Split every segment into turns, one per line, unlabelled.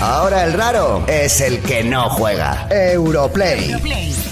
Ahora el raro es el que no juega. Europlay.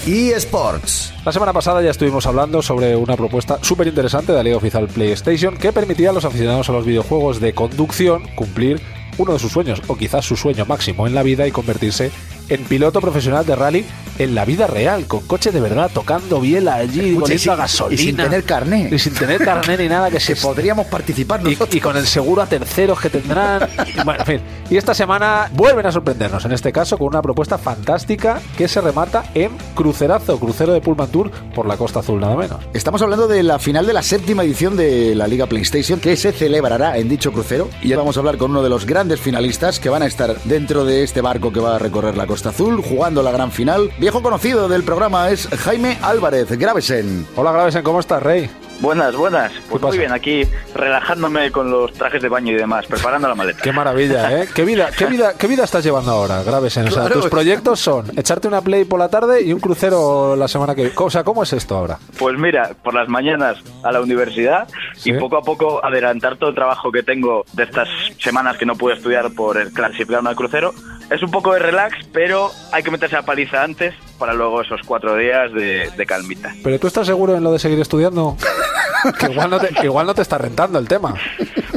Y Sports.
La semana pasada ya estuvimos hablando sobre una propuesta súper interesante de la Liga Oficial PlayStation que permitía a los aficionados a los videojuegos de conducción cumplir uno de sus sueños o quizás su sueño máximo en la vida y convertirse en piloto profesional de rally en la vida real, con coche de verdad, tocando biela allí,
Escucha, y
poniendo
sin-
a gasolina.
y sin tener carné.
Y sin tener carné ni nada que se
Que podríamos participar
Este. y,
nosotros.
y con el seguro a terceros que tendrán. Bueno, en fin. Y esta semana vuelven a sorprendernos, en este caso con una propuesta fantástica que se remata en crucerazo, crucero de Pullman Tour por la Costa Azul, nada menos.
Estamos hablando de la final de la séptima edición de la Liga PlayStation que se celebrará en dicho crucero y ya vamos a hablar con uno de los grandes finalistas que van a estar dentro de este barco que va a recorrer la Costa Azul jugando la gran final. Viejo conocido del programa es Jaime Álvarez Gravesen.
Hola, Gravesen, ¿cómo estás, Rey?
Buenas, buenas. Pues
pasa?
muy bien, aquí relajándome con los trajes de baño y demás, preparando la maleta.
Qué maravilla, ¿eh? ¿Qué vida, qué vida, qué vida estás llevando ahora, Gravesen? O sea,
Claro.
tus proyectos son echarte una play por la tarde y un crucero la semana que viene. O sea, ¿cómo es esto ahora?
Pues mira, por las mañanas a la universidad
Sí.
y poco a poco adelantar todo el trabajo que tengo de estas semanas que no pude estudiar por el clasificado al crucero. Es un poco de relax, pero hay que meterse a paliza antes para luego esos cuatro días de, de calmita.
¿Pero tú estás seguro en lo de seguir estudiando? Que igual no te, que igual no te está rentando el tema.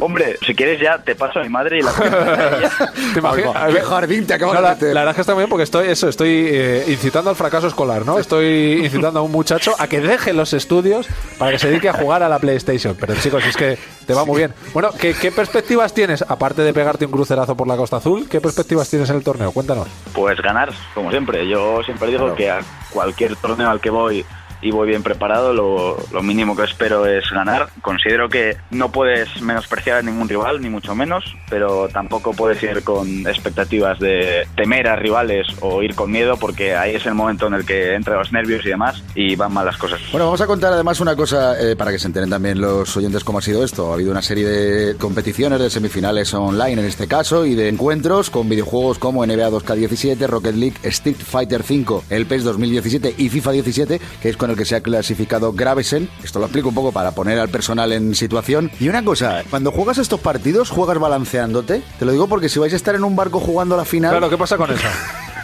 Hombre, si quieres ya te paso a mi madre y la...
¿Te imaginas?
Oiga, qué jardín te acabas
No,
de
la,
meter.
la verdad es que está muy bien porque estoy, eso, estoy eh, incitando al fracaso escolar, ¿no? Estoy incitando a un muchacho a que deje los estudios para que se dedique a jugar a la PlayStation. Pero chicos, es que te va muy bien. Bueno, ¿qué, qué perspectivas tienes? Aparte de pegarte un crucerazo por la Costa Azul, ¿qué perspectivas tienes en el torneo? Cuéntanos.
Pues ganar, como siempre. Yo siempre digo que a cualquier torneo al que voy y voy bien preparado, lo, lo mínimo que espero es ganar. Considero que no puedes menospreciar a ningún rival, ni mucho menos, pero tampoco puedes ir con expectativas de temer a rivales o ir con miedo, porque ahí es el momento en el que entran los nervios y demás y van mal las cosas.
Bueno, vamos a contar además una cosa eh, para que se enteren también los oyentes cómo ha sido esto. Ha habido una serie de competiciones de semifinales online en este caso y de encuentros con videojuegos como NBA 2K17, Rocket League, Street Fighter 5, el E PES 2017 y FIFA 17, que es con el que se ha clasificado Gravesen. Esto lo explico un poco para poner al personal en situación. Y una cosa, cuando juegas estos partidos, juegas balanceándote. Te lo digo porque si vais a estar en un barco jugando la final,
Claro, ¿qué pasa con eso?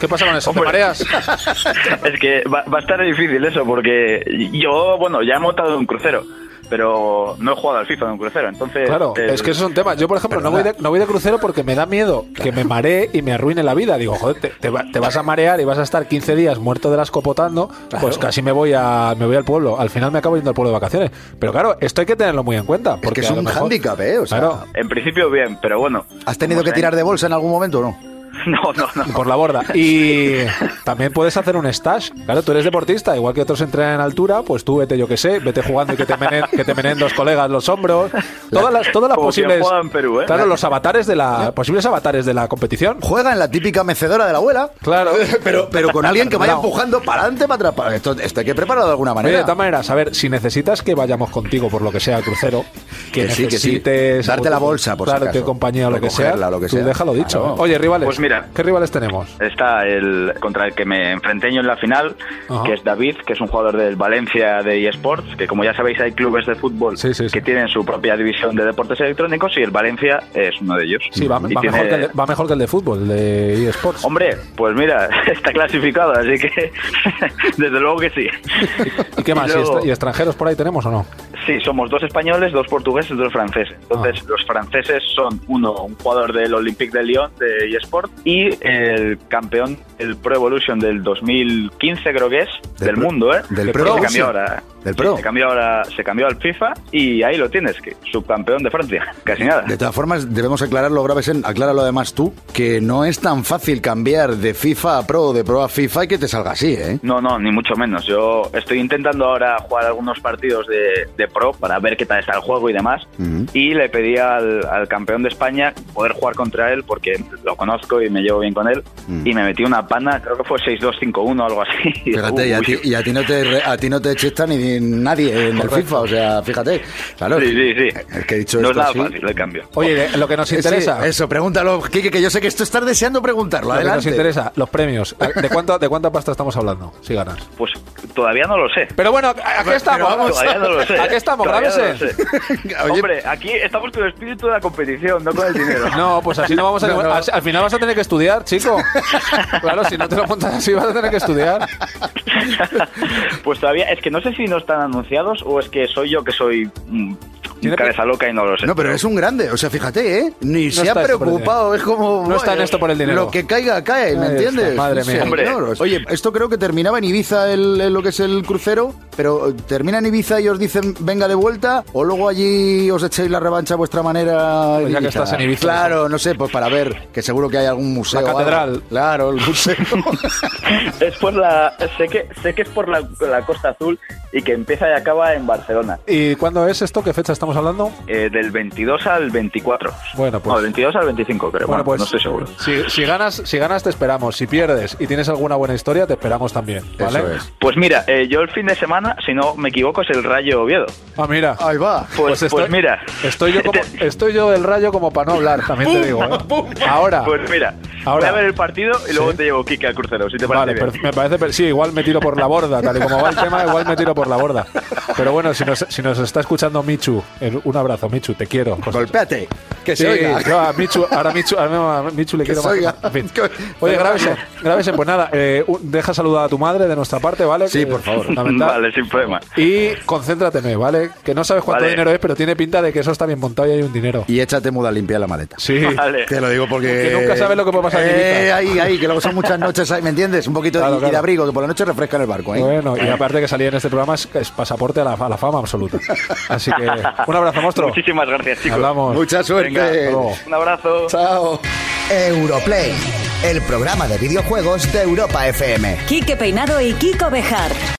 ¿Qué pasa con eso? ¿Te
Hombre.
mareas?
Es que va, va a estar difícil eso, porque yo, bueno, ya he montado un crucero, pero no he jugado al FIFA de un crucero, entonces...
Claro,
el-
es que eso es un tema. Yo, por ejemplo, no voy, de, no voy de crucero porque me da miedo que me maree y me arruine la vida. Digo, joder, te, te va- te vas a marear y vas a estar 15 días muerto de las copotando. Pues casi me voy, a, me voy al pueblo. Al final me acabo yendo al pueblo de vacaciones. Pero claro, esto hay que tenerlo muy en cuenta. Porque
es
a lo
un
mejor-
hándicap, ¿eh? O sea,
Claro,
En principio bien, pero bueno.
¿has tenido
como
que
sea-
tirar de bolsa en algún momento o no?
No, no, no.
por la borda. Y también puedes hacer un stash. Claro, tú eres deportista, igual que otros entrenan en altura, pues tú vete, yo que sé, vete jugando y que te menen, que te menen dos colegas los hombros. Todas las, todas las
Como quien
posibles.
juega en Perú, ¿eh?
Claro, los avatares de la. Posibles avatares de la competición. Eh,
Juega en la típica mecedora de la abuela.
Claro.
pero, pero con alguien que vaya
No.
empujando para adelante, para atrás. para- Esto, esto hay que prepararlo de alguna
Oye,
manera.
de todas maneras, a ver, si necesitas que vayamos contigo por lo que sea al crucero, que,
Que sí, que sí.
necesites
Darte la bolsa, por si
darte
acaso.
compañía o lo que sea,
Recogerla, lo que
tú
sea.
déjalo dicho.
Claro.
¿eh? Oye, rivales,
Pues mira.
¿qué rivales tenemos?
Está el contra el que me enfrenté yo en la final,
Ajá.
que es David, que es un jugador del Valencia de eSports, que como ya sabéis hay clubes de fútbol
Sí, sí, sí.
que tienen su propia división de deportes electrónicos y el Valencia es uno de ellos.
Sí, va,
Y
va
tiene-
mejor que el de, va mejor que el de fútbol, el de eSports.
Hombre, pues mira, está clasificado, así que desde luego que sí.
¿Y qué más? ¿Y,
luego-
estra- y extranjeros por ahí tenemos o no?
Sí, somos dos españoles, dos portugueses, dos franceses.
Ah.
Entonces, los franceses son uno, un jugador del Olympique de Lyon de eSport y el campeón del Pro Evolution del 2015 creo que es
Del
del,
Pro-
mundo, ¿eh?
del
Que
Pro
se cambió
Evolution.
ahora.
Del
sí,
Pro.
Se cambió ahora, se cambió al FIFA y ahí lo tienes, que subcampeón de Francia, casi nada.
De todas formas, debemos aclararlo, Gravesen, acláralo además tú, que no es tan fácil cambiar de FIFA a Pro, de Pro a FIFA y que te salga así, ¿eh?
No, no, ni mucho menos. Yo estoy intentando ahora jugar algunos partidos de, de pro para ver qué tal está el juego y demás.
Ujú.
Y le pedí al, al campeón de España poder jugar contra él porque lo conozco y me llevo bien con él.
Mm.
Y me metí una pana, creo que fue 6-2-5-1 o algo así.
Fíjate, y a,
Uy.
ti, y a ti no te re- a ti no te chista ni nadie en el FIFA, o sea, fíjate. Claro, Eh,
Sí, sí, sí.
Es que he dicho
no es
esto
nada
así.
fácil ¿eh? el cambio.
Oye, de- lo que nos
Sí,
interesa.
eso, pregúntalo, Kike, que yo sé que esto estás deseando preguntarlo.
Lo que nos
Adelante.
interesa, los premios. ¿De cuánto, ¿De cuánta pasta estamos hablando? Si ganas.
Pues todavía no lo sé.
Pero bueno, ¿a- aquí estamos.
vamos. Todavía no lo sé.
Aquí estamos,
Todavía no lo
grábese.
sé. Hombre, aquí estamos con el espíritu de la competición, no con el dinero.
No, pues así no vamos a.
No, no.
Al, al final vas a tener que estudiar, chico. Claro, si no te lo montas así, vas a tener que estudiar.
Pues todavía, es que no sé si no están anunciados o es que soy yo que soy mm,
Tiene
cabeza loca y no lo sé.
No, pero es un grande, o sea, fíjate, ¿eh? Ni se ha
está esto por el
preocupado, es como...
No está en esto por el dinero.
Lo que caiga, cae, ¿me
Ay,
entiendes?
esta madre mía.
Hombre.
señor. Oye, esto creo que terminaba en Ibiza el, el- lo que es el crucero, pero eh, termina en Ibiza y os dicen, venga de vuelta, o luego allí os echéis la revancha a vuestra manera.
Pues ya que
y
estás en Ibiza.
Claro, no sé, pues para ver, que seguro que hay algún museo. o algo.
catedral.
Claro, el museo.
Es por la. Sé que, sé que es por la, la Costa Azul y que empieza y acaba en Barcelona.
¿Y cuándo es esto? ¿Qué fecha estamos hablando?
Eh, del 22 al 24.
Bueno, pues-
No, del 22 al 25, creo. Bueno, pues. No estoy seguro.
Si, si ganas, si ganas, te esperamos. Si pierdes y tienes alguna buena historia, te esperamos también. ¿vale?
Eso es.
Pues mira, eh, yo el fin de semana, si no me equivoco, es el Rayo Oviedo.
Ah, mira.
Ahí va.
Pues, pues,
estoy,
mira. Este-
Estoy yo, como, estoy yo del rayo como para no hablar, también te digo. ¿eh? Ahora.
Pues mira,
Ahora.
voy a ver el partido y luego
Sí.
te llevo Kike al crucero, si te parece
Vale,
bien.
per- me parece. per- sí, igual me tiro por la borda. Tal y como va el tema, igual me tiro por la borda. Pero bueno, si nos, si nos está escuchando Michu, el- un abrazo, Michu, te quiero.
Golpéate. Pues, Que
Sí,
se oiga.
yo a Michu, ahora Michu, ahora no, a Michu le
Que
quiero
se
más.
oiga.
En fin.
Que-
Oye, Gravesen, Gravesen, pues nada, eh, un- deja saludar a tu madre de nuestra parte, ¿vale?
Sí,
Que-
por favor.
fundamental.
Vale, sin problema.
Y concéntrateme, ¿vale? Que no sabes cuánto
Vale.
dinero es, pero tiene pinta de que eso está bien montado y hay un dinero.
Y échate muda limpia la maleta.
Sí.
Vale.
Te lo digo porque...
Que nunca sabes lo que puede pasar en
Eh,
Ibiza.
ahí, ahí, que luego son muchas noches, ahí, ¿me entiendes? Un poquito de-
Claro,
y de
claro.
abrigo, que por la noche refresca en el barco, ¿eh?
Bueno, y aparte que salía en este programa es, es pasaporte a la, a la fama absoluta. Así que un abrazo, monstruo.
Muchísimas gracias, chicos.
Hablamos.
Mucha suerte.
Venga, hasta
luego.
Un abrazo.
Chao.
Europlay, el programa de videojuegos de Europa FM.
Quique Peinado y Kiko Bejar.